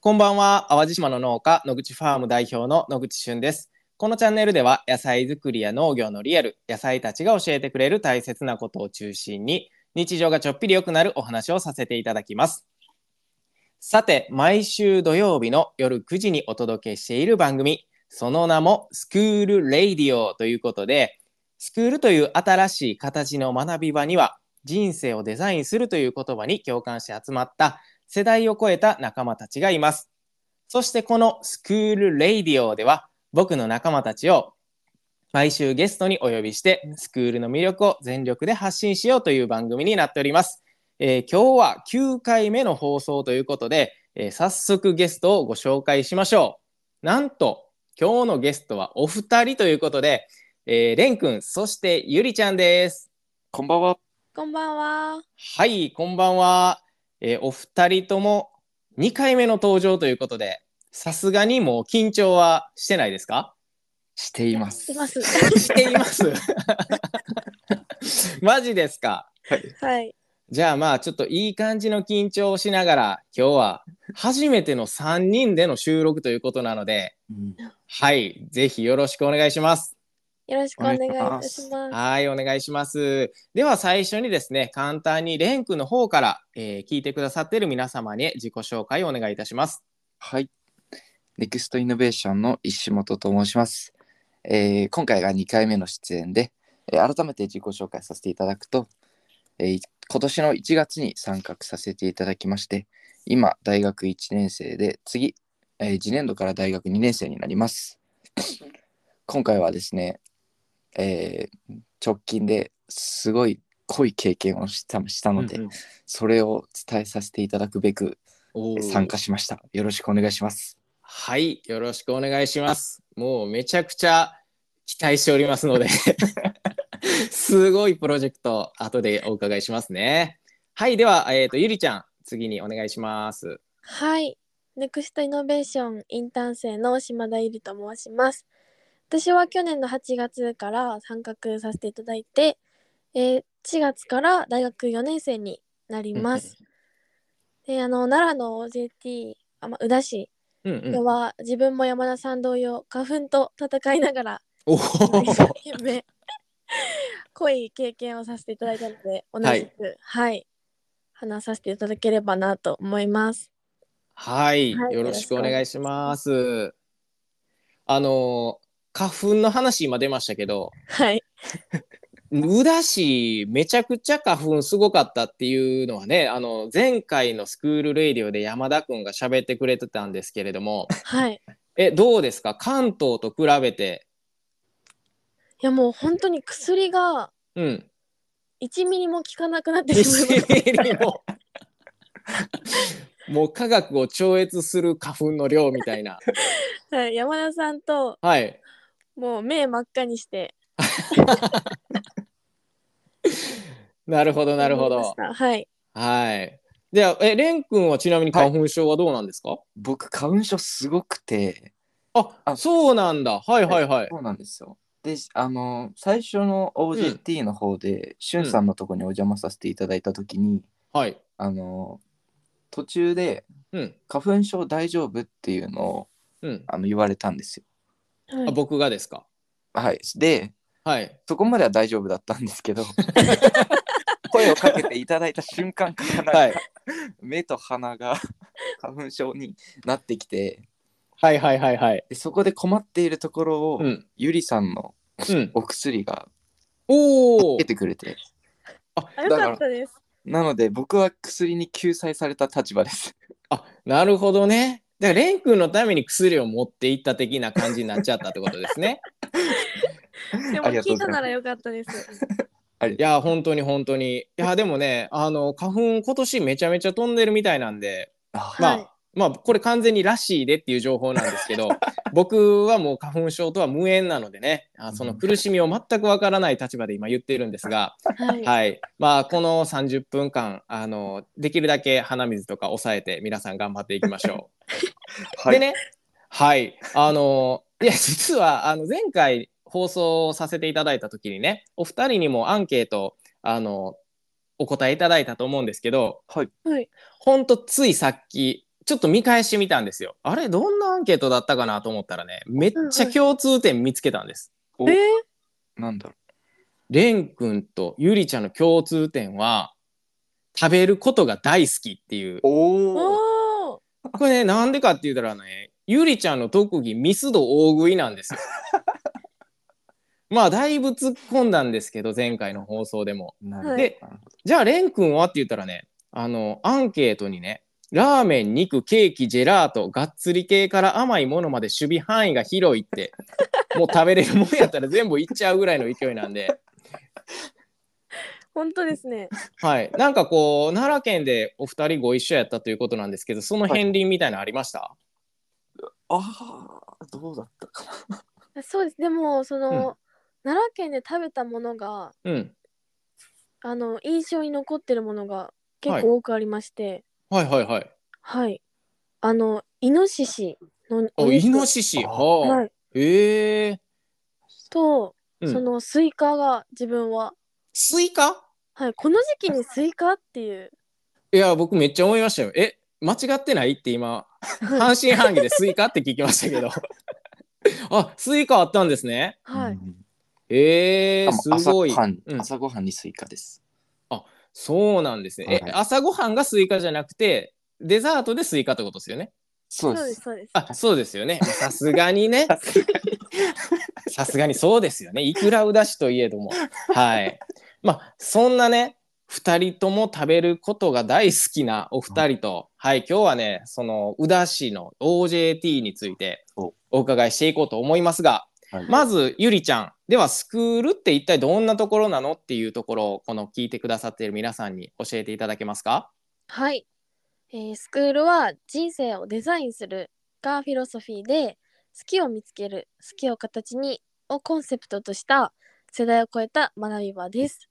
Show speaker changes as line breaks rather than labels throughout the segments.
こんばんは淡路島の農家野口ファーム代表の野口俊ですこのチャンネルでは野菜作りや農業のリアル野菜たちが教えてくれる大切なことを中心に日常がちょっぴり良くなるお話をさせていただきますさて毎週土曜日の夜9時にお届けしている番組その名もスクールレイディオということでスクールという新しい形の学び場には人生をデザインするという言葉に共感して集まった世代を超えた仲間たちがいます。そしてこのスクールレイディオでは僕の仲間たちを毎週ゲストにお呼びしてスクールの魅力を全力で発信しようという番組になっております。えー今日は9回目の放送ということで、えー早速ゲストをご紹介しましょう。なんと今日のゲストはお二人ということで、えー、レン君そしてゆりちゃんです。
こんばんは。
こんばんは。
はい、こんばんは。えーお二人とも2回目の登場ということで、さすがにもう緊張はしてないですか
しています。
い ます。
しています。 マジですか。
はい。
じゃあまあちょっといい感じの緊張をしながら、今日は初めての3人での収録ということなので、
うん
はい、ぜひよろしくお願いします。
よろしくお願いいた
お願い
し
し
ます。
はい、お願いします。では最初にですね、簡単にレン君の方から、えー聞いてくださっている皆様に自己紹介をお願いいたします。
はい。ネクストイノベーションの石本と申します。えー今回が2回目の出演で、えー改めて自己紹介させていただくと、えーい今年の1月に参画させていただきまして、今、大学1年生で、次、えー次年度から大学2年生になります。今回はですね、えー直近ですごい濃い経験をしたしたので、
うんうん
それを伝えさせていただくべく
おー
参加しました。よろしくお願いします。
はい、よろしくお願いします。もうめちゃくちゃ期待しております ので、すごいプロジェクト、後でお伺いしますね。はい、では、えっ、と、ゆりちゃん、次にお願いします。
はい。ネクストイノベーションインターン生の島田ゆりと申します。私は去年の8月から参画させていただいて、えー4月から大学4年生になります。で、あの奈良の OJT あ、まあ、宇田市
うんう
で
ん。
は、自分も山田さん同様花粉と戦いながら
お
一
ー
生懸命濃い経験をさせていただいたので同じくはい、話させていただければなと思います
はい、
はい
よろしくお願いします。あのー、花粉の話今出ましたけど、
はい
宇田市めちゃくちゃ花粉すごかったっていうのはねあの前回のスクールレイディオで山田くんが喋ってくれてたんですけれども
はい
えどうですか関東と比べて
いやもう本当に薬が
うん
1ミリも効かなくなってしまいました
1ミリも もう科学を超越する花粉の量みたいな
はい、山田さんと
はい
もう目真っ赤にして
なるほどなるほ
飲みまし
ど
たはい
はいじゃあえ蓮くんはちなみに花粉症はどうなんですか、
僕、花粉症すごくて、
あ
あ
そうなんだはいはいはい
そうなんですよ。で、あの、最初の OJT の方で、しゅんさんのとこにお邪魔させていただいたときに、
はい
あの、途中で、
うん
花粉症大丈夫っていうのを
うん
あの言われたんですよ。
はい
あ僕がですか
はい。で、
はい
そこまでは大丈夫だったんですけ ど、声をかけていただいた瞬間から、
はい
目と鼻が花粉症になってきて、
はいはいはいはい。
でそこで困っているところを、
うん。
ゆりさんの
うん、
お薬が
おお
出。てくれて
あよかったです
なので僕は薬に救済された立場です
あなるほどね。だから蓮くんのために薬を持っていった的な感じになっちゃったってことです ね。
でも
ありがと
聞
う
い
ござ
た
います
ならよかったです
いや本当に本当に。いやでもねあの花粉今年めちゃめちゃ飛んでるみたいなんで
あ
まあ、
はい
まあこれ完全にらしいでっていう情報なんですけ ど僕はもう花粉症とは無縁なのでねあその苦しみを全くわからない立場で今言っているんですが。
はい
はい、まあこの30分間あのできるだけ鼻水とか抑えて皆さん頑張っていきましょう。
は
で
い
ねはいあのいや実はあの前回放送させていただいた時にねお二人にもアンケートあのお答えいただいたと思うんですけど
はい
はい
ほんとついさっきちょっと見返してみたんですよ。あれ、どんなアンケートだったかなと思ったらね、めっちゃ共通点見つけたんです。
お
えー、
なんだろ
レン君とゆりちゃんの共通点は、食べることが大好きっていう
う。。おお。
おお
これね、なんでかって言ったらね、ゆりちゃんの特技、ミスド大食いなんですよ。 まあ、だいぶ突っ込んだんですけど、前回の放送でも。
なるほど
でじゃあ、レン君はって言ったらね、あの、アンケートにね、ラーメン、肉、ケーキ、ジェラート、がっつり系から甘いものまで守備範囲が広いって、もう食べれるもんやったら全部いっちゃうぐらいの勢いなんで、
本当ですね。
はい。なんかこう、奈良県でお二人ご一緒やったということなんですけど、その片鱗みたいなのありました、
ああ、どうだったかな。
そうです。でもその、奈良県で食べたものが
うん。
あの印象に残ってるものが結構多くありまして、
はいはいはい。
はい。あのイノシシの
お、イノシシ。
あ
はあ。
はい。
ええ
と、
うん
そのスイカが自分は
スイカ
はいこの時期にスイカっていう
いや僕めっちゃ思いましたよえ間違ってないって今半信半疑でスイカって聞きましたけど あスイカあったんですね
はい、
うん
えー、す
しかも
ごい
朝ごはん、
うん
朝ごはんにスイカです。
そうなんですね
は
え
い
朝ごはんがスイカじゃなくてデザートでスイカってことですよね
そうで
そうです
す。
そうです。
あそうですよね さすがにねさすがにそうですよねいくらうだしといえどもはいまあそんなね2人とも食べることが大好きなお二人と、はい今日はねそのうだしの OJT について
お
お伺いしていこうと思いますが、
はい
まずゆりちゃんではスクールって一体どんなところなのっていうところをこの聞いてくださっている皆さんに教えていただけますか
はい、えースクールは人生をデザインするがフィロソフィーで好きを見つける好きを形にをコンセプトとした世代を超えた学び場です。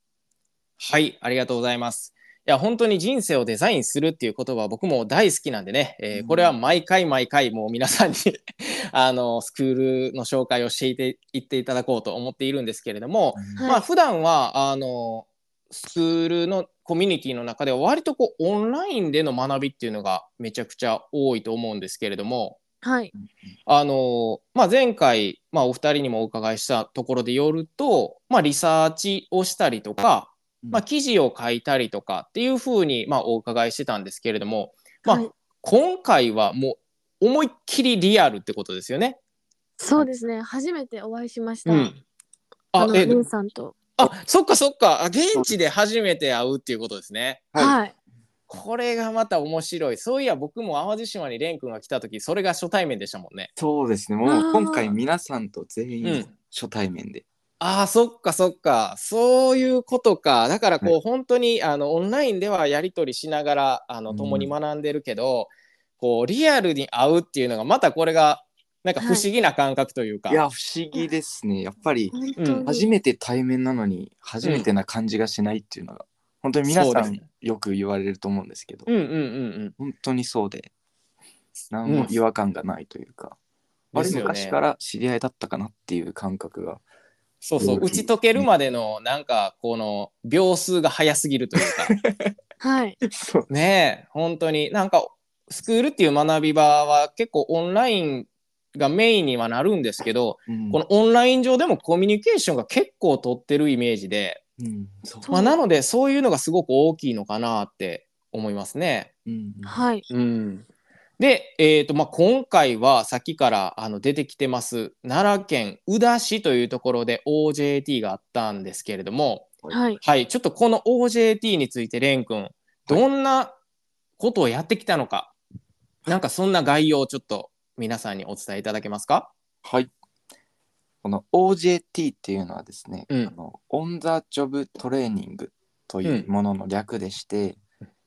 はい、ありがとうございます。いや、本当に人生をデザインするっていう言葉は僕も大好きなんでね、えー
うん
これは毎回毎回もう皆さんに あのスクールの紹介をしていていっていただこうと思っているんですけれども、
はい
まあ普段はあのスクールのコミュニティの中では割とこうオンラインでの学びっていうのがめちゃくちゃ多いと思うんですけれども、
はい、
あのまあ、前回、まあ、お二人にもお伺いしたところでよると、まあ、リサーチをしたりとか、
うん
まあ、記事を書いたりとかっていうふうに、まあ、お伺いしてたんですけれども、まあ
はい、
今回はもう思いっきりリアルってことですよね。
そうですね。初めてお会いしました。
うん、あ
あの
え
ルンさんと。
あそっかそっかあ現地で初めて会うっていうことですね。
はい
はい。
これがまた面白い。そういや僕も淡路島に蓮くんが来た時それが初対面でしたもんね。
そうですね。も
あー
う今回皆さんと全
う
員
ん
初対面で。
ああ、そっかそっか。そういうことか。だからこう、
は
本当にあのオンラインではやり取りしながらあの
うん
共に学んでるけど、こうリアルに会うっていうのがまたこれがなんか不思議な感覚というか。
いや、不思議ですね。やっぱり
本当に。
初めて対面なのに初めてな感じがしないっていうのが、本当に皆
そう
さ
です
ん
ね
よく言われると思うんですけど、
うんうんうん
本当にそうで、何も違和感がないというか、
うん。
あれ
ですよね
昔から知り合いだったかなっていう感覚が。
そうそう、打ち解けるまでのなんかこの秒数が早すぎるというか。
はい。
そう
ねえ本当になんかスクールっていう学び場は結構オンラインがメインにはなるんですけど、
うん
このオンライン上でもコミュニケーションが結構取ってるイメージで、
うんそう
そう
まあ、なのでそういうのがすごく大きいのかなって思いますね。
うん
はい。
うん、で、えーとまあ、今回はさっきからあの出てきてます奈良県宇陀市というところで OJT があったんですけれども、
はい。
はい、ちょっとこの OJT について、レン君、どんなことをやってきたのか、なんかそんな概要をちょっと皆さんにお伝えいただけますか。
はい。この OJT っていうのはですね、
うん
あのオン・ザ・ジョブ・トレーニングというものの略でして、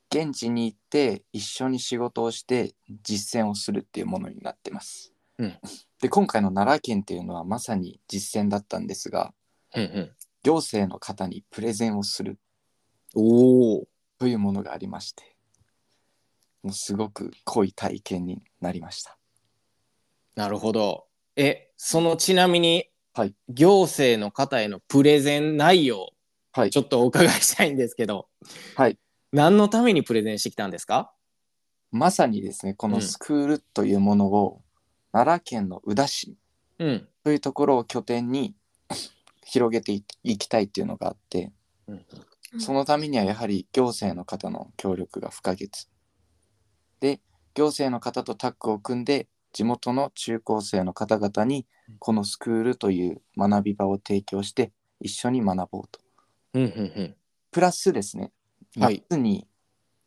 現地に行って一緒に仕事をして実践をするっていうものになってます。
うん
で今回の奈良県っていうのはまさに実践だったんですが
うんうん、
行政の方にプレゼンをする
おお、
というものがありましてもうすごく濃い体験になりました。
なるほど。え、そのちなみに、
はい
行政の方へのプレゼン内容、
はい
ちょっとお伺いしたいんですけど、
はい、
何のためにプレゼンしてきたんですか
まさにですねこ
う
の
ん
スクールというものを、奈良県の宇陀市
うん。
というところを拠点に広げていいきたいっていうのがあって、
うん
そのためにはやはり行政の方の協力が不可欠で行政の方とタッグを組んで地元の中高生の方々にこのスクールという学び場を提供して一緒に学ぼうと
うん。うん。
プラスですね、
はい
夏に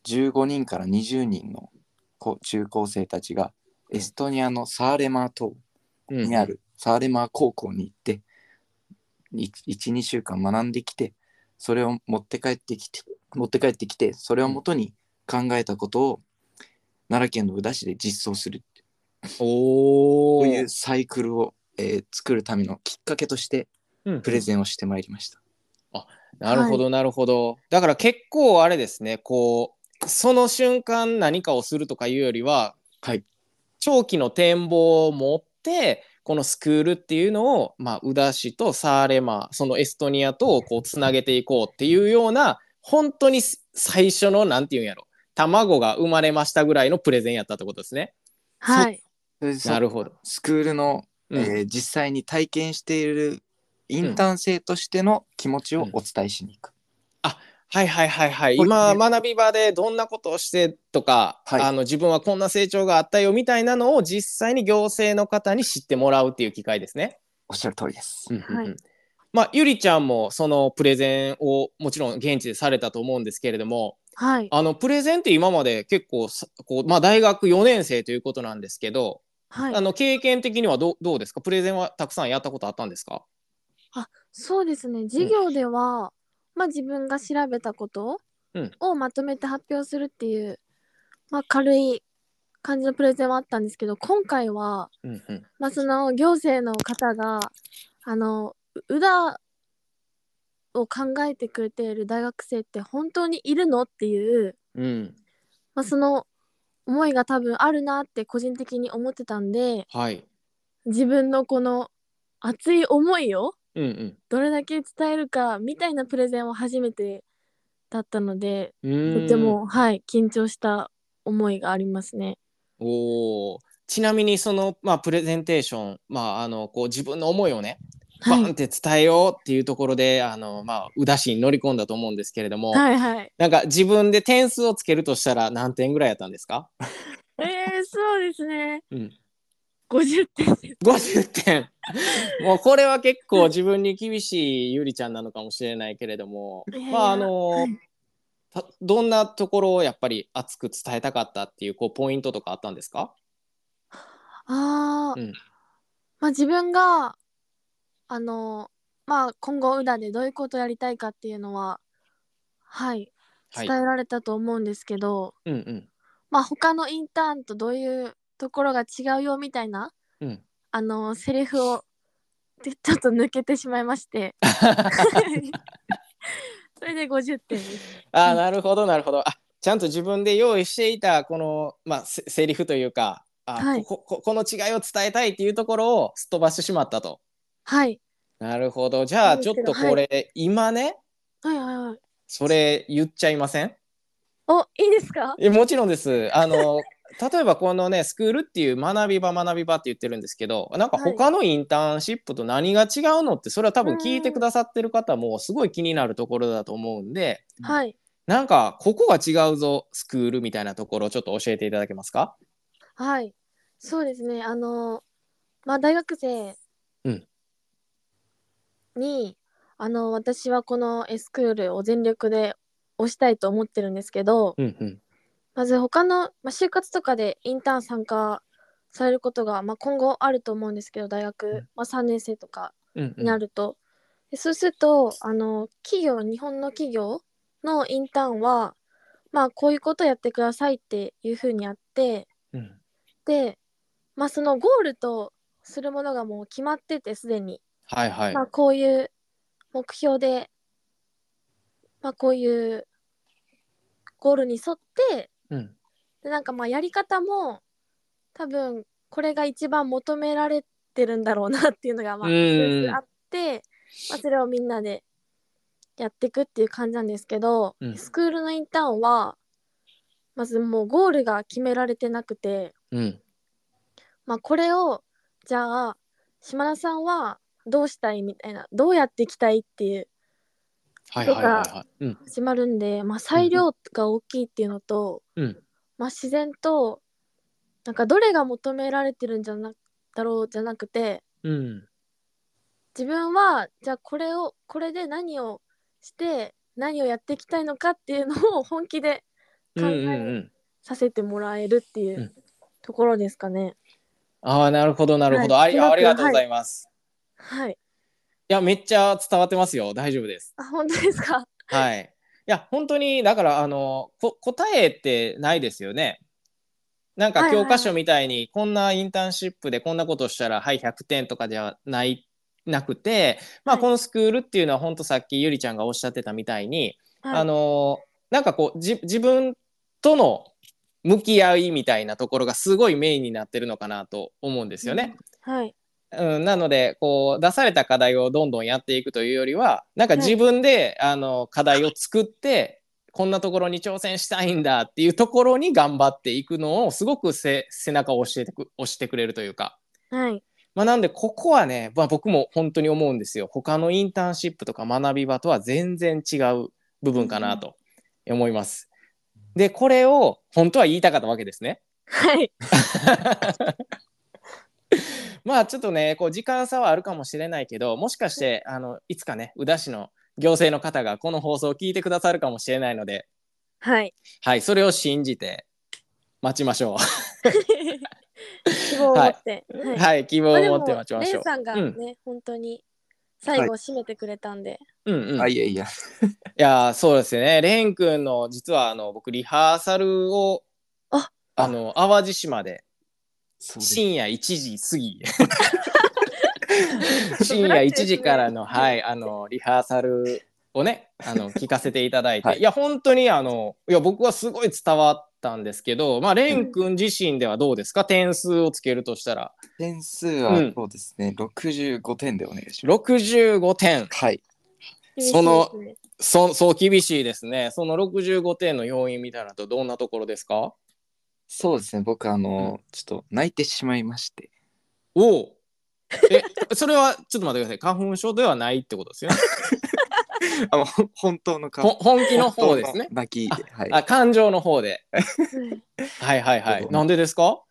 15人から20人のこ中高生たちがエストニアのサーレマー島
うん。うん
にあ。るサーレマー高校に行って12週間学んできてそれを持って帰ってきて持って帰ってきてそれをもとに考えたことを奈良県の宇陀市で実装する
おお。
というサイクルを、えー作るためのきっかけとして
うん
プレゼンをしてまいりました。
なるほどなるほど、だから結構あれですねこうその瞬間何かをするとかいうよりは、
はい
長期の展望を持ってこのスクールっていうのを、まあ、宇陀市とサーレマそのエストニアとこうつなげていこうっていうような本当にす最初のなんていうんやろ卵が生まれましたぐらいのプレゼンやったってことですね。
はい。
それでそ
なるほど。
スクールの、
うん
えー実際に体験しているインターン生としての気持ちをお伝えしに行く。
はいはいはいはい。
これ
今、
ね
学び場でどんなことをしてとか、
はい
あの自分はこんな成長があったよみたいなのを実際に行政の方に知ってもらうっていう機会ですね。
おっしゃる通りです。
はい
まあ、ゆりちゃんもそのプレゼンをもちろん現地でされたと思うんですけれども
はい。
あのプレゼンって今まで結構さこう、まあ、大学4年生ということなんですけど、
はい
あ。の経験的にはどうどうですかプレゼンはたくさんやったことあったんですか
そうですね授業では、まあ、自分が調べたこと
うん
をまとめて発表するっていう、まあ、軽い感じのプレゼンはあったんですけど今回は、
うんうん
まあ、その行政の方があのう裏を考えてくれている大学生って本当にいるのっていう、
うん、
まあ、その思いが多分あるなって個人的に思ってたんで
はい、
自分のこの熱い思いを
うんうん
どれだけ伝えるかみたいなプレゼンは初めてだったので
うーん
とてもはい緊張した思いがありますね。
おーちなみにその、まあ、プレゼンテーション、まあ、あのこう自分の思いをねバ
は
ーン
い、
って伝えようっていうところで、あのまあ、宇陀市に乗り込んだと思うんですけれども、
はい、はい
なんか自分で点数をつけるとしたら何点ぐらいやったんですか、
えー、そうですね
うん、
50点です
?50 点もうこれは結構自分に厳しいゆりちゃんなのかもしれないけれども
いやいや
まああの、
はい
たどんなところをやっぱり熱く伝えたかったっていうこうポイントとかあったんですか
あー、
うん
まあ自分があのまあ今後裏でどういうことやりたいかっていうのははい
はい
伝えられたと思うんですけど、
うんうん
まあ他のインターンとどういうところが違うよみたいな
うん
あのセリフをでちょっと抜けてしまいまして それで50点です
あー
うん
なるほどなるほどあちゃんと自分で用意していたこの、まあ、せセリフというかあ、
はい
こここの違いを伝えたいっていうところをすっ飛ばしてしまったと。
はい
なるほどじゃあちょっとこれ、今ね
はいはいはい
それ言っちゃいません
おいいですか
えもちろんです。あ の例えばこのねスクールっていう学び場学び場って言ってるんですけどなんか
はい
他のインターンシップと何が違うのってそれは多分聞いてくださってる方もすごい気になるところだと思うんで
はい
なんかここが違うぞスクールみたいなところをちょっと教えていただけますか
はいそうですねあのまあ大学生
うん
に、あの私はこの S クールを全力で推したいと思ってるんですけど
うんうん
まず他の、まあ、就活とかでインターン参加されることが、まあ、今後あると思うんですけど大学、まあ、3年生とか
うんうん
になると、でそうするとあの企業日本の企業のインターンはまあこういうことやってくださいっていうふうにあって
うん
でまあそのゴールとするものがもう決まっててすでに、
はいはい
まあこういう目標でまあこういうゴールに沿って
うん
でなんかまあやり方も多分これが一番求められてるんだろうなっていうのがまあ
うん
数々あって、まあ、それをみんなでやっていくっていう感じなんですけど、
うん
スクールのインターンはまずもうゴールが決められてなくて、
うん。
まあ、これをじゃあ島田さんはどうしたいみたいなどうやっていきたいっていう
はいはいはいはい。うん。
始まるんで、まあ、裁量が大きいっていうのと、
うん。
まあ、自然となんかどれが求められてるんじゃなだろうじゃなくて
うん。
自分はじゃあこれをこれで何をして何をやっていきたいのかっていうのを本気で
うんうんうん。
させてもらえるっていう
うん
うところですかね。
ああ、なるほどなるほど。
は
あ
い
りあありがとうございます。
はい。
いや、めっちゃ伝わってますよ。大丈夫です。
あ本当ですか。
はい。いや、本当に、だから、あの、こ答えってないですよね。なんか
はいはい
教科書みたいに、こんなインターンシップでこんなことしたら、はい、100点とかではない、なくて、まあ、
はい
このスクールっていうのは、本当さっきゆりちゃんがおっしゃってたみたいに、
はい、
あの、なんかこう、じ自分との向き合いみたいなところがすごいメインになってるのかなと思うんですよね。
はい。
うん、なのでこう出された課題をどんどんやっていくというよりはなんか
はい
自分で、あの課題を作ってこんなところに挑戦したいんだっていうところに頑張っていくのをすごくせ背中を押してく押してくれるというか、
はい。
まあ、なんでここはね、まあ、僕も本当に思うんですよ他のインターンシップとか学び場とは全然違う部分かなと思います。でこれを本当は言いたかったわけですね。
はい。
まあちょっとねこう時間差はあるかもしれないけどもしかしてあのいつかね宇田市の行政の方がこの放送を聞いてくださるかもしれないので
はい。
はいそれを信じて待ちましょ
希望を持って。
う
い。
はい希望
まあで
を
も
持って待ちましょ
レ
う
イさんが
うん
ね、本当に最後締めてくれたんで。
うんうん
あ、
い
いやいや。
やーそうですねレン君の実はあの僕リハーサルを
あ
あの淡路島で
そうです
深夜1時過ぎ深夜1時からの、はい、あのリハーサルをねあの聞かせていただいて、
はい
い、や本当にあのいや僕はすごい伝わったんですけど、まあ、レン君自身ではどうですか、点数をつけるとしたら
点数
う
は
ん
そうですね、65点でお願いしま
65点
す。はい。
厳しい
その
ですね
そそう厳しいですねその65点の要因みたいなとどんなところですか
そうですね、僕、あの、ちょっと泣いてしまいまして。
おおえ それはちょっと待ってください花粉症ではないってことですよね
あ、もう本当の
ほ
顔。
本気の方ですね
本当の泣きで。はい。
あ感情の方で
は
は
い
いはいは
そ
いうなんでですか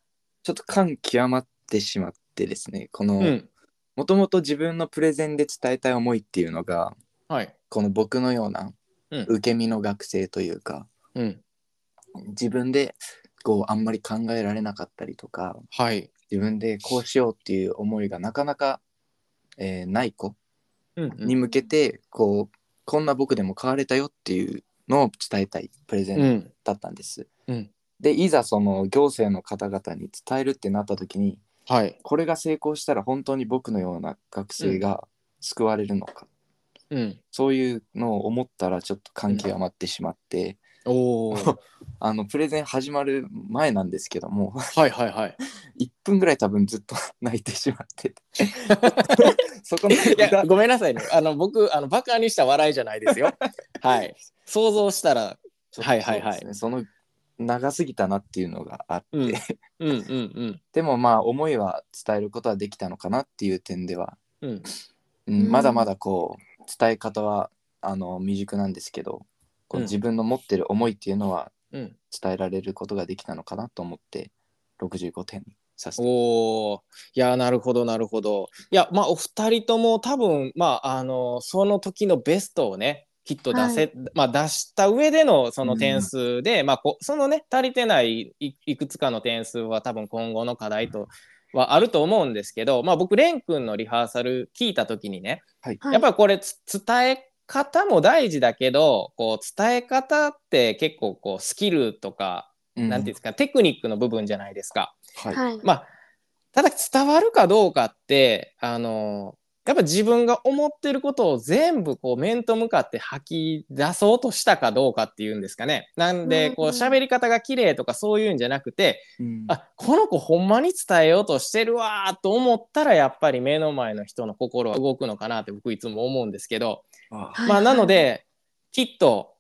ちょっと感極まってしまってですね、こ
う
の、
ん
もともと自分のプレゼンで伝えたい思いっていうのが、
はい
この僕のような
うん
受け身の学生というか、
うん
自分でこうあんまり考えられなかったりとか
はい
自分でこうしようっていう思いがなかなか、えーない子
うん
に向けてこうこんな僕でも変われたよっていうのを伝えたいプレゼ
う
ン
ん
だったんです。
うん
でいざその行政の方々に伝えるってなった時に
はい
これが成功したら本当に僕のような学生が救われるの
う
か、
ん
そういうのを思ったらちょっと感極まってしまって、
おお
あのプレゼン始まる前なんですけども
はいはい はい
1分ぐらい多分ずっと 泣いてしまって てそこの
いや
裏
ごめんなさいねあの僕あのバカにした笑いじゃないですよはい想像したらはいはいはい
そうですねその長すぎたなっていうのがあって、
うんうんうんうん
でもまあ思いは伝えることはできたのかなっていう点では、
うん
うん
うん
まだまだこう伝え方はあの未熟なんですけどこ
う
うん自分の持ってる思いっていうのは
うん
伝えられることができたのかなと思って65点にさせて
おーいやなるほどなるほどいやまあお二人とも多分まああのその時のベストをねきっと出せ、まあ出した上でのその点数で、まあこそのね足りてないいいくつかの点数は多分今後の課題とはあると思うんですけどまあ僕蓮くんのリハーサル聞いた時にね、
はい
やっぱりこれつ伝え方も大事だけどこう伝え方って結構こうスキルとか、
うん
なんていうんですかテクニックの部分じゃないですか。
はい
はい。
まあただ伝わるかどうかってあのやっぱ自分が思ってることを全部こう面と向かって吐き出そうとしたかどうかっていうんですかね。なんでこう
うんうん
喋り方が綺麗とかそういうんじゃなくて
うん
あこの子ほんまに伝えようとしてるわーと思ったらやっぱり目の前の人の心は動くのかなって僕いつも思うんですけど、
あ
はい
まあ、なのできっと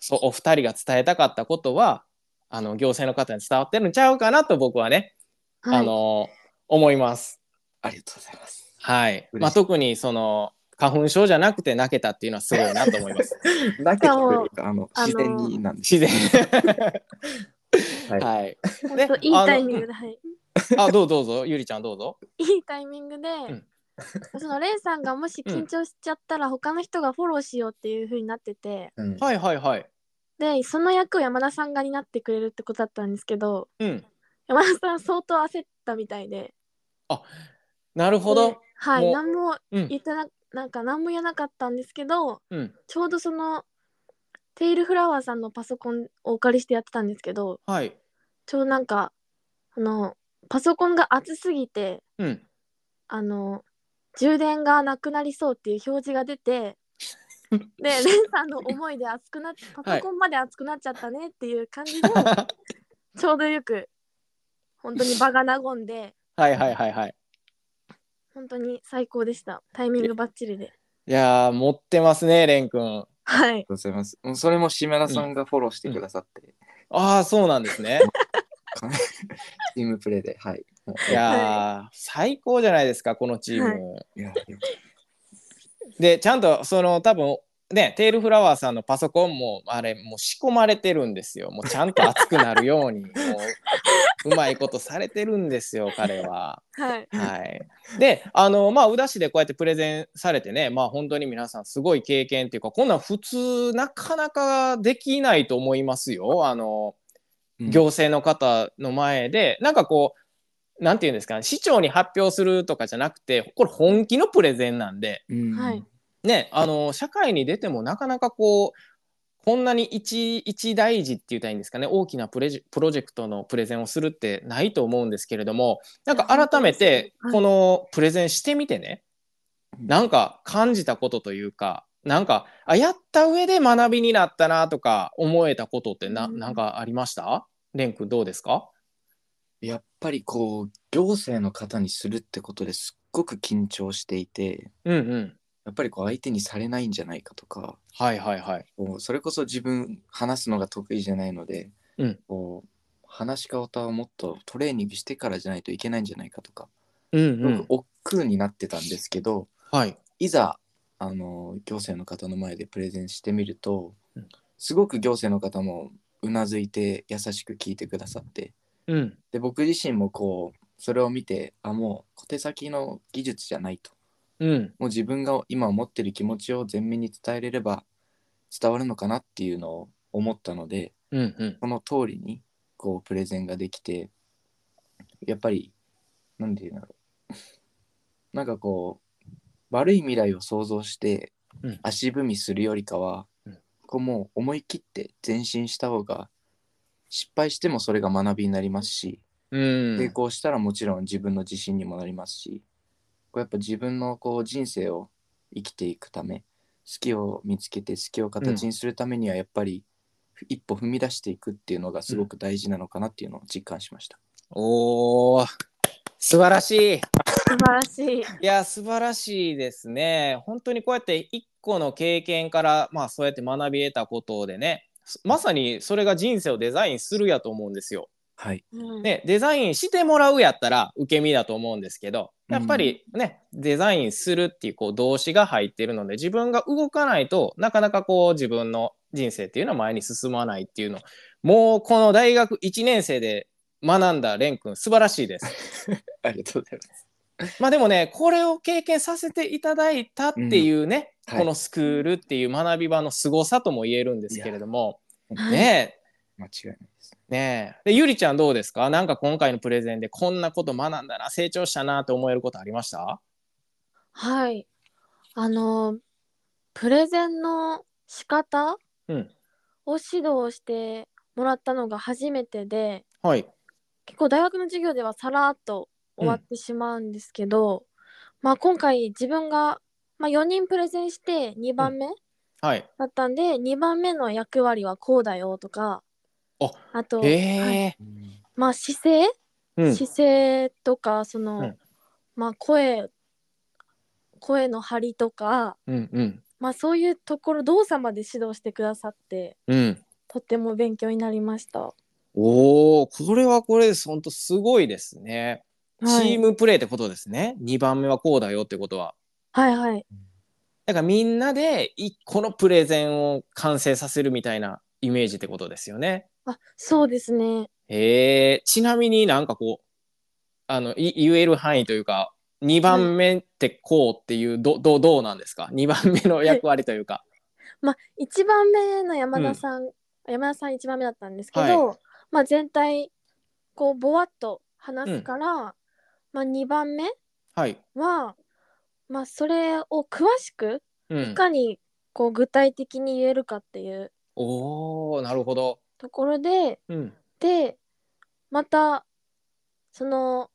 そうお二人が伝えたかったことはあの行政の方に伝わってるんちゃうかなと僕はね、あの思います。
ありがとうございます。
はい。
嬉しい
まあ、特にその花粉症じゃなくて泣けたっていうのはすごいなと思い ます。
だけ
も
ど、あの、
あの
自然になんです。
自然。
はい
はい。
本当いい
あの
タイミングで、はい、
あ、どうどうぞ、ゆりちゃんどうぞ。
いいタイミングで、
ん
そのレイさんがもし緊張しちゃったら他の人がフォローしようっていう風になってて
うん
はいはいはい。
でその役を山田さんが担ってくれるってことだったんですけど
うん。
山田さん相当焦ったみたいで
なるほど
で。は
も
いう何も
うん。
言ってななんか何も言えなかったんですけど
うん。
ちょうどそのテイルフラワーさんのパソコンをお借りしてやってたんですけど
はい。
ちょうどなんかあのパソコンが熱すぎて
うん。
あの充電がなくなりそうっていう表示が 出てでレンさんの思いで熱くなっパソコンまで熱くなっちゃったねっていう感じで、
は
ちょうどよく本当に場が和んで
いはいはいはい。
本当に最高でしたタイミングバッチリで
いやー、持ってますね、レン君。
はい
ありがとうございます。うんそれも島田さんがフォローしてくださって、
ああ、そうなんです ね。
チームプレーで、はい。もう
いやー、最高じゃないですか、このチーム。
いやよかっ
で、ちゃんと、その、多分ね、テールフラワーさんのパソコンも、あれ、もう仕込まれてるんですよ。もうちゃんと熱くなるよ うに、もう、うまいことされてるんですよ、彼は。
はい
はい、であのまあ宇田市でこうやってプレゼンされてねまあ本当に皆さんすごい経験っていうかこんなん普通なかなかできないと思いますよあの
うん
行政の方の前で、なんかこうなんていうんですかね市長に発表するとかじゃなくてこれ本気のプレゼンなんで
たうん
はい
ねあの社会に出てもなかなかこうこんなに一一大事って言ったらいいんですかね大きなプレジプロジェクトのプレゼンをするってないと思うんですけれどもなんか改めて
はい
このプレゼンしてみてね、
うん
なんか感じたことというかなんかあやった上で学びになったなとか思えたことってな,、
うん
なんかありましたレン君どうですか
やっぱりこう、行政の方にするってことですっごく緊張していて、
うんうん
やっぱりこう相手にされないんじゃないかとか、
はいはいはい
こうそれこそ自分話すのが得意じゃないので、
うん
こう話し方をもっとトレーニングしてからじゃないといけないんじゃないかとか、
うんう
すごく
ん
億劫になってたんですけど、
はい
いざあの行政の方の前でプレゼンしてみると、
うん
すごく行政の方もうなずいて優しく聞いてくださって
うん
で僕自身もこうそれを見てあもう小手先の技術じゃないと
うん
もう自分が今思ってる気持ちを前面に伝えれれば伝わるのかなっていうのを思ったので
うんうん
その通りにこうプレゼンができてやっぱり何て言うんだろ うなんかこう悪い未来を想像して
うん
足踏みするよりかは、
うん
こうもう思い切って前進した方が失敗してもそれが学びになりますし、
うん
成功したらもちろん自分の自信にもなりますしこうやっぱ自分のこう人生を生きていくため好きを見つけて好きを形にするためにはやっぱり一歩踏み出していくっていうのがすごく大事なのかなっていうのを実感しました。
おー素晴らしい
素晴らしい
いや素晴らしいですね。本当にこうやって一個の経験から、まあ、そうやって学び得たことでねまさにそれが人生をデザインするやと思うんですよ。
はい、
うん
ね、デザインしてもらうやったら受け身だと思うんですけどやっぱりね、デザインするっていうこう動詞が入ってるので自分が動かないとなかなかこう自分の人生っていうのは前に進まないっていうのもうこの大学1年生で学んだ蓮くん素晴らしいです。
ありがとうございます。
まあでもねこれを経験させていただいたっていうね、
うんは
こ
い
のスクールっていう学び場の凄さとも言えるんですけれども
はい
ね
間違いないです。
えねえでゆりちゃんどうですかなんか今回のプレゼンでこんなこと学んだな成長したなと思えることありました
はいあのプレゼンの仕方
うん
を指導してもらったのが初めてで
はい
結構大学の授業ではさらっと終わってしまうんですけど、まあ今回自分が、まあ、4人プレゼンして2番目
はい
だったんで、2番目の役割はこうだよとか
あ
あと、
え
はい
え
まあ姿勢、
うん
姿勢とかその、
うん
まあ声声の張りとか、
うんうん
まあ、そういうところ動作まで指導してくださって
うん
とっても勉強になりました。
おお、これはこれです。本当すごいですね。
はい
チームプレーってことですね。2番目はこうだよってことは。
はいはい。
だからみんなで1個のプレゼンを完成させるみたいなイメージってことですよね。
あ、そうですね。
へえ、ちなみになんかこう、あの、い言える範囲というか、2番目ってこうっていう、ど、ど、どうなんですか ?2 番目の役割というか。
まあ、1番目の山田さん、山田さん1番目だったんですけど、まあ、全体こうぼわっと話すから、まあ、2番目
はい。
は、まあ、それを詳しく
う
い
ん。
かにこう具体的に言えるかっていう
おおなるほど。
ところで
うん。
でまたその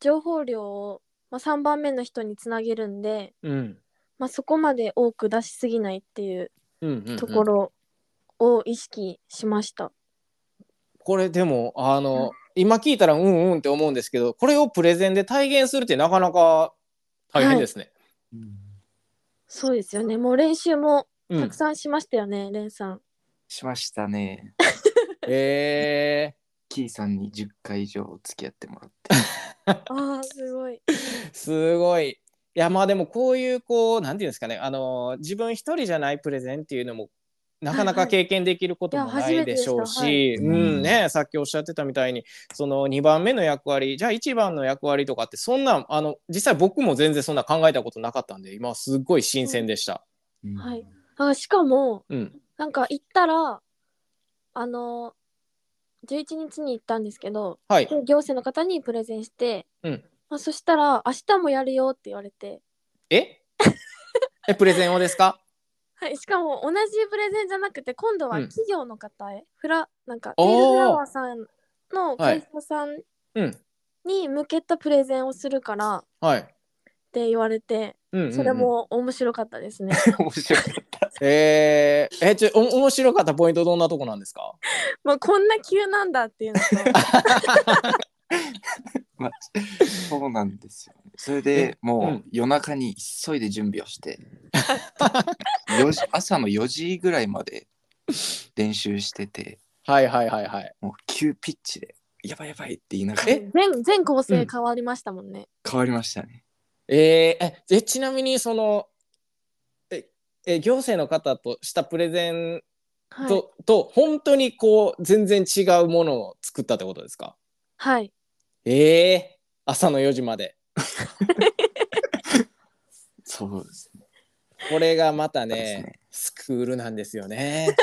情報量を、まあ、3番目の人につなげるんで、
うん。
まあ、そこまで多く出しすぎないっていう
うんうん、うん。
ところを意識しました。
これでもあの、今聞いたらうんうんって思うんですけどこれをプレゼンで体現するってなかなか大変ですね。
そうですよね。もう練習も
う
た
ん
く、さんしましたよね、レンさん。
しましたね。
え
キーさんに10回以上付き合ってもらって。
ああ、すごい。
ー、すごい。いやまあでもこういうこうなんていうんですかねあの自分一人じゃないプレゼンっていうのもなかな
はいは
か
い
経験できることも
いや初
な
め
い
て
で
で
し
した
ょうし、
はいう
うん
ん
ねさっきおっしゃってたみたいにその2番目の役割じゃあ1番の役割とかってそんなあの実際僕も全然そんな考えたことなかったんで今すっごい新鮮でした。
はいあしかも、
うん、
なんか行ったら、あの、11日に行ったんですけど、
はい、
行政の方にプレゼンして、
うん
まあ、そしたら、明日もやるよって言われて、
え えプレゼンをですか
はい、しかも同じプレゼンじゃなくて、今度は
うん
企業の方へ、フラ、なんか、テ
おー
ールフラワーさんの会社さん
うん
に向けたプレゼンをするから、っ
はい、
て言われて、
うんうんうん
それも面白かっ たですね。
面白かった。
えー、えちょお面白かったポイントどんなとこなんですか
まあ、こんな急なんだっていうのと
まあそうなんですよ、ね。それで
う
も
ん
う夜中に急いで準備 をして、4時朝の4時ぐらいまで練習してて、
はいはいはいはい
もう急ピッチで、やばいやばいって言いながら
え
全全構成変わりましたもんね。
変わりましたね。
えー、ええちなみにそのええ行政の方としたプレゼン
は
と,、
い、
と本当にこう全然違うものを作ったってことですか
はい、
えー、朝の4時まで
そうですね。
これがまた
そうです
ね
ね
スクールなんですよね。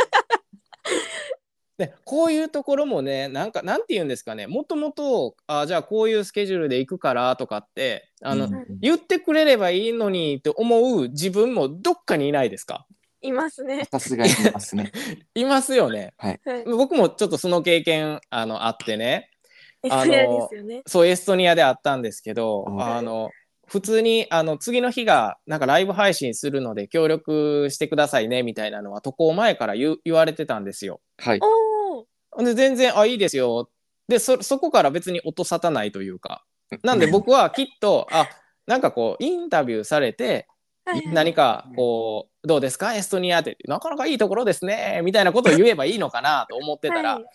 でこういうところもねなんかなんて言うんですかねもともとあじゃあこういうスケジュールで行くからとかってあの、
うん
言ってくれればいいのにって思う自分もどっかにいないですか
いますね。
さすがにいま すね。
いますよね。
はい、
僕もちょっとその経験あのあってね
エ
あの
スレアですよね。
そうエストニアであったんですけど、
うん
あの普通にあの次の日がなんかライブ配信するので協力してくださいねみたいなのは渡航前から言う言われてたんですよ。
はい。
おお、
で全然あいいですよでそそこから別に音沙汰ないというかなんで僕はきっとあなんかこうインタビューされて
はいはい
何かこう「どうですかエストニア」ってなかなかいいところですねみたいなことを言えばいいのかなと思ってたら、
はい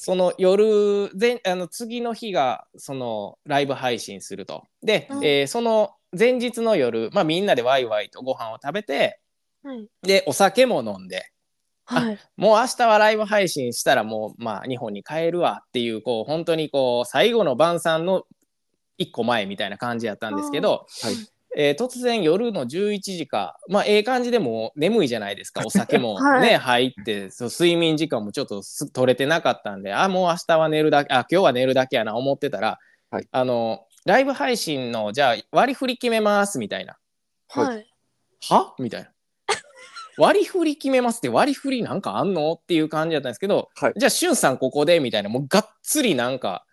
その夜前あの次の日がそのライブ配信するとで、
うん
えーその前日の夜、まあ、みんなでワイワイとご飯を食べて
はい、
でお酒も飲んで
はい、
もう明日はライブ配信したらもうまあ日本に帰るわっていうこう本当にこう最後の晩餐の一個前みたいな感じやったんですけど、
はい。
えー突然夜の11時かまあええ感じでもう眠いじゃないですかお酒 も
はい
ね、入ってそう睡眠時間もちょっとす取れてなかったんであもう明日は寝るだけあ今日は寝るだけやな思ってたら、
はい
あのライブ配信のじゃあ割り振り決めますみたいな
はい。
はい、
はみたいな。割り振り決めますって割り振りなんかあんのっていう感じだったんですけど、
はい
じゃあしゅんさんここでみたいなもうがっつりなんか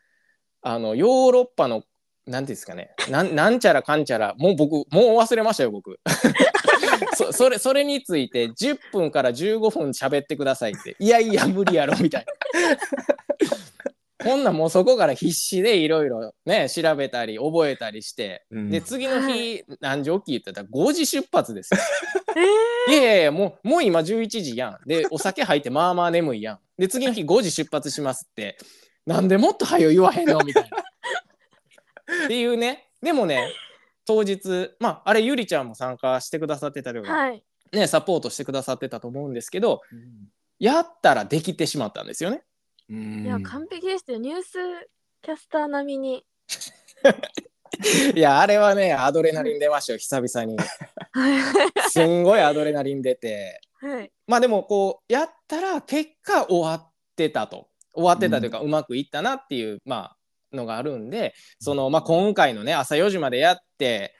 あのヨーロッパのなんていうんですかねなんなんちゃらかんちゃらもう僕もう忘れましたよ僕 そそれそれについて10分から15分喋ってくださいっていやいや無理やろみたいな こんなんもうそこから必死でいろいろね調べたり覚えたりして
うん
で次の日、何時起きって言ったら5時出発ですよいやいやいやもうもう今11時やんでお酒入ってまあまあ眠いやんで次の日5時出発しますってなんでもっと早よ言わへんのみたいな。っていうねでもね当日まああれゆりちゃんも参加してくださってたりとか、
はい。
ねサポートしてくださってたと思うんですけどやったらできてしまったんですよね。
うん
いや、完璧でしたよ。ニュースキャスター並みに。
いやあれはねアドレナリン出ましたよ久々に。
はい。
すんごいアドレナリン出て。
はい。
まあでもこうやったら結果終わってたと終わってたというかうまくいったなっていう、まあのがあるんでその、まあ、今回のね朝4時までやって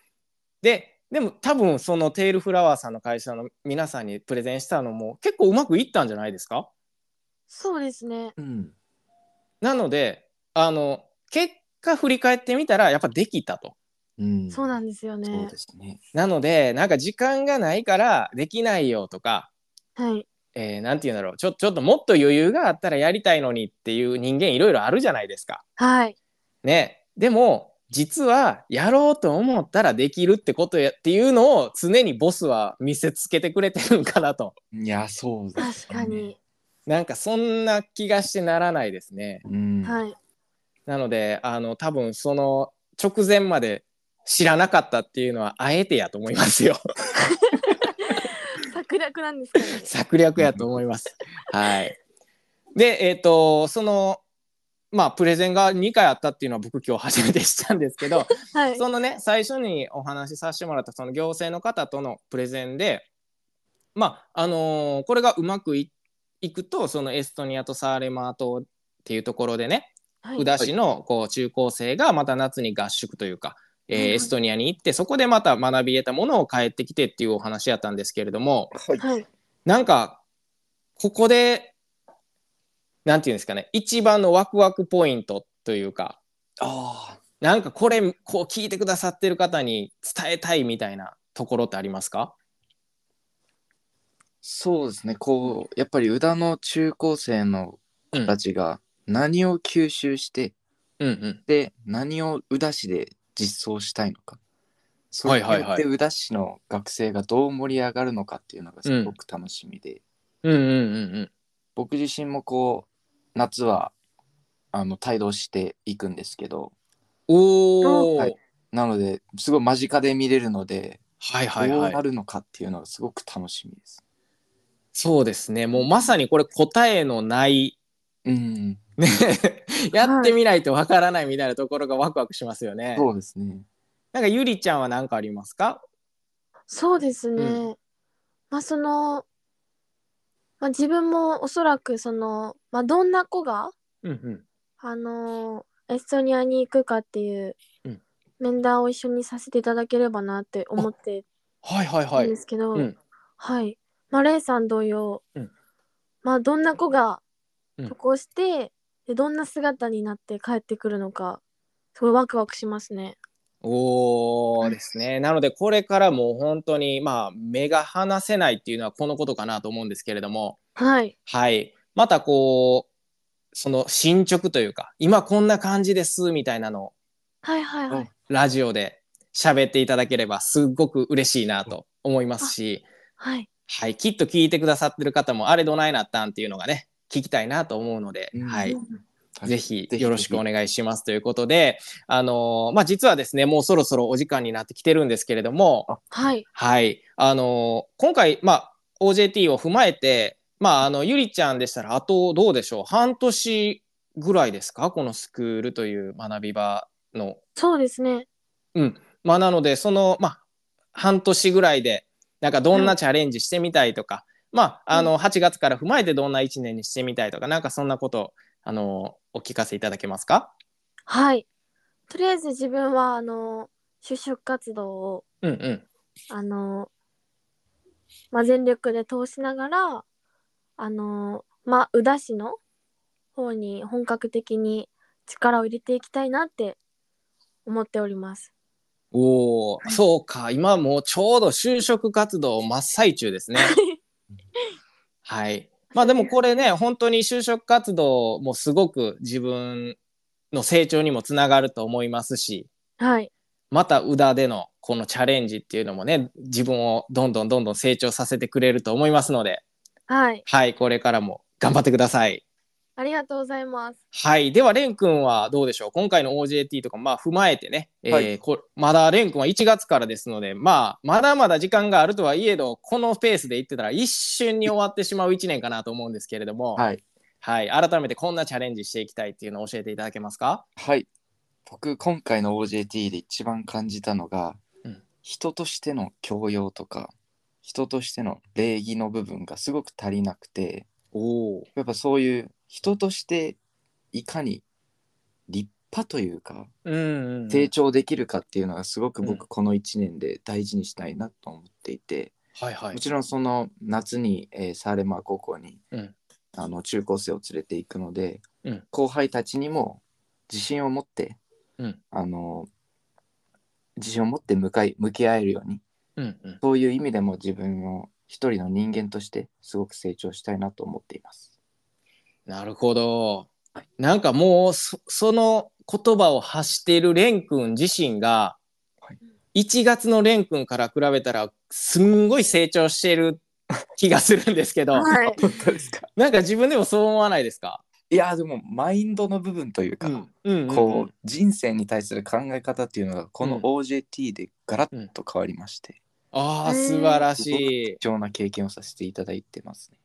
ででも多分そのテールフラワーさんの会社の皆さんにプレゼンしたのも結構うまくいったんじゃないですか
そうですね。
うん
なのであの結果振り返ってみたらやっぱできたと。
うん
そうなんですよ
そう
ね。
ですね。
なのでなんか時間がないからできないよとか
はい。
えー、なんて言うんだろうちょちょっともっと余裕があったらやりたいのにっていう人間いろいろあるじゃないですか。
はい。
ね、でも実はやろうと思ったらできるってことやっていうのを常にボスは見せつけてくれてるんかなと
いや、そうです
確かに。。
なんかそんな気がしてならないですね。
うん。
はい。
なのであの多分その直前まで知らなかったっていうのはあえてやと思いますよ。
策略なんですかね。
策略やと思い ます。はい。で、えっ、と、その、まあ、プレゼンが2回あったっていうのは僕今日初めて知ったんですけど、
はい。
そのね、最初にお話しさせてもらったその行政の方とのプレゼンで、まあ、あのーこれがうまくいいくと、そのエストニアとサーレマー島っていうところでね、
はい
宇田市のこう中高生がまた夏に合宿というか、えー
はいはい
エストニアに行ってそこでまた学び得たものを帰ってきてっていうお話やったんですけれども、
はい。
はい。
なんか、ここで、なんていうんですかね、一番のワクワクポイントというか、
ああ、
なんかこれ、こう聞いてくださってる方に伝えたいみたいなところってありますか
そうですね。こう、やっぱり宇田の中高生の
うん
子たちが何を吸収して、
うんうん。
で、何を宇田市で実装したいのか。そ
は
う
い
や
はい
っ
はい
て宇田市の学生がどう盛り上がるのかっていうのがすごく楽しみで、
うんうんうんうん。
僕自身もこう、夏は、あの、帯同していくんですけど、
おー。は
はいい、なので、すごい間近で見れるので、
はい
ど
は
う
い
なるのかっていうのがすごく楽しみです。
そうですね。もうまさにこれ答えのない、
うん、
ね、やってみないとわからないみたいなところがワクワクしますよね。
そうですね。
なんかゆりちゃんは何かありますか
そうですね。
う
まあその、まあ、自分もおそらくその、まあ、どんな子が、
うんうん。
あのーエストニアに行くかっていう
うん
面談を一緒にさせていただければなって思って
はいはいは
る
い。
ん
う
ですけど、
ん。
はい。まあ、レイさん同様、
うん
まあどんな子が
うん
渡航して、でどんな姿になって帰ってくるのかすごいワクワクしますね。
おーですね。なのでこれからもう本当にまあ目が離せないっていうのはこのことかなと思うんですけれども、
はい。
はい。またこう、その進捗というか、今こんな感じですみたいなのを
はいはいはい。
ラジオで喋っていただければすっごく嬉しいなと思いますし、
はい。
はい。きっと聞いてくださってる方もあれどないなったんっていうのがね、聞きたいなと思うので、
うん
はい。
はい
ぜひ
ぜひ
よろしくお願いしますということで、あのーまあ、実はですね、もうそろそろお時間になってきてるんですけれども、
はい。
はい、あのー今回、まあ、OJT を踏まえて、まあ、あの、ゆりちゃんでしたら、あとどうでしょう、半年ぐらいですか、このスクールという学び場の。
そうですね。
まあ、なので、その、まあ、半年ぐらいで、なんかどん
は
ないチャレンジしてみたいとか、まあ、あの、8月から踏まえてどんな1年にしてみたいとか、なんかそんなこと、あのーお聞かせいただけますか
はい。とりあえず自分はあの就職活動を
うんうん。
あの、まあ、全力で通しながら、あの、まあ、宇田市の方に本格的に力を入れていきたいなって思っております。
おお、そうか、今もうちょうど就職活動真っ最中ですね。はい。まあでもこれね、本当に就職活動もすごく自分の成長にもつながると思いますし、
はい。
また宇田でのこのチャレンジっていうのもね自分をどんどんどんどん成長させてくれると思いますので
はい。
はいこれからも頑張ってください。
ありがとうございます。
はいではレン君はどうでしょう今回の OJT とかまあ踏まえてね、えー
はい
こまだレン君は1月からですので、まあ、まだまだ時間があるとはいえどこのペースでいってたら一瞬に終わってしまう1年かなと思うんですけれども、
はい。
はい、改めてこんなチャレンジしていきたいっていうのを教えていただけますか
はい。僕、今回の OJT で一番感じたのが、
うん
人としての教養とか、人としての礼儀の部分がすごく足りなくて、
おお
やっぱそういう人としていかに立派というか、
うんうんうん
成長できるかっていうのがすごく
うん
僕この1年で大事にしたいなと思っていて、
はいはい
もちろんその夏に、えーサーレマー高校に、
うん
あの中高生を連れていくので、
うん
後輩たちにも自信を持って、
うん
あの自信を持って向かい向き合えるように
うんうん
そういう意味でも自分を一人の人間としてすごく成長したいなと思っています。
なるほどなんかもうそその言葉を発している蓮くん自身が、
は
1月の蓮くんから比べたらすんごい成長してい る気がするんですけど、
はい。
本当ですか
なんか自分でもそう思わないですか、
いやでもマインドの部分というか、
うんうん
こう人生に対する考え方っていうのがこ
うん
の OJT でガラッと変わりまして、
ああ素晴らしい。
貴重な経験をさせていただいてますね。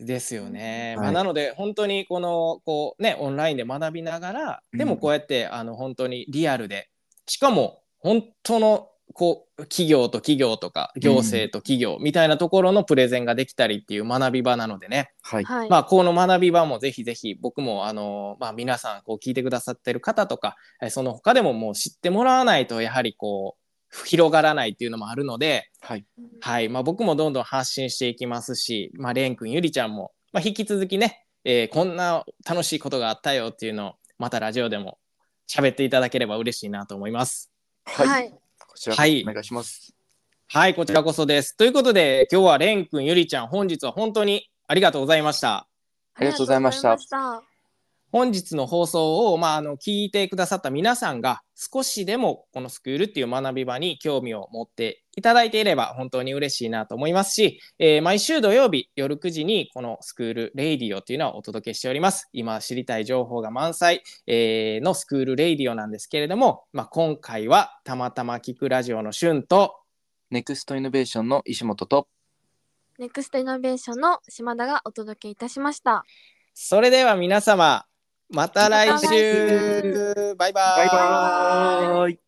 ですよね。
はい
まあ、なので本当にこのこう、ね、オンラインで学びながらでも
うん
こうやって、あの本当にリアルでしかも本当のこう企業と企業とか行政と企業みたいなところのプレゼンができたりっていう学び場なのでね、
はい。
はい。
まあ、この学び場もぜひぜひ僕も、あのまあ、皆さんこう聞いてくださってる方とかえーその他でももう知ってもらわないとやはりこう広がらないっていうのもあるので、
はい。
はい、まあ、僕もどんどん発信していきますし、まあ、レン君、ゆりちゃんも、まあ、引き続きね、えーこんな楽しいことがあったよっていうのを、またラジオでも喋っていただければ嬉しいなと思います。
は
はい。
い。
こちらこ
はい
そお願いします。
はい、こちらこそです。ということで、今日はレン君、ゆりちゃん、本日は本当にありがとうございました。
ありがとうございました
ありがとうございま
本日の放送を、まあ、あの聞いてくださった皆さんが少しでもこのスクールっていう学び場に興味を持っていただいていれば本当に嬉しいなと思いますし、えー毎週土曜日夜9時にこのスクールレイディオっていうのはお届けしております今知りたい情報が満載、えーのスクールレイディオなんですけれども、まあ、今回はたまたま聞くラジオの旬と
ネクストイノベーションの石本と、
ネクストイノベーションの島田がお届けいたしました。
それでは皆様また来週
また来
バイバイ
バイバイ
ーい。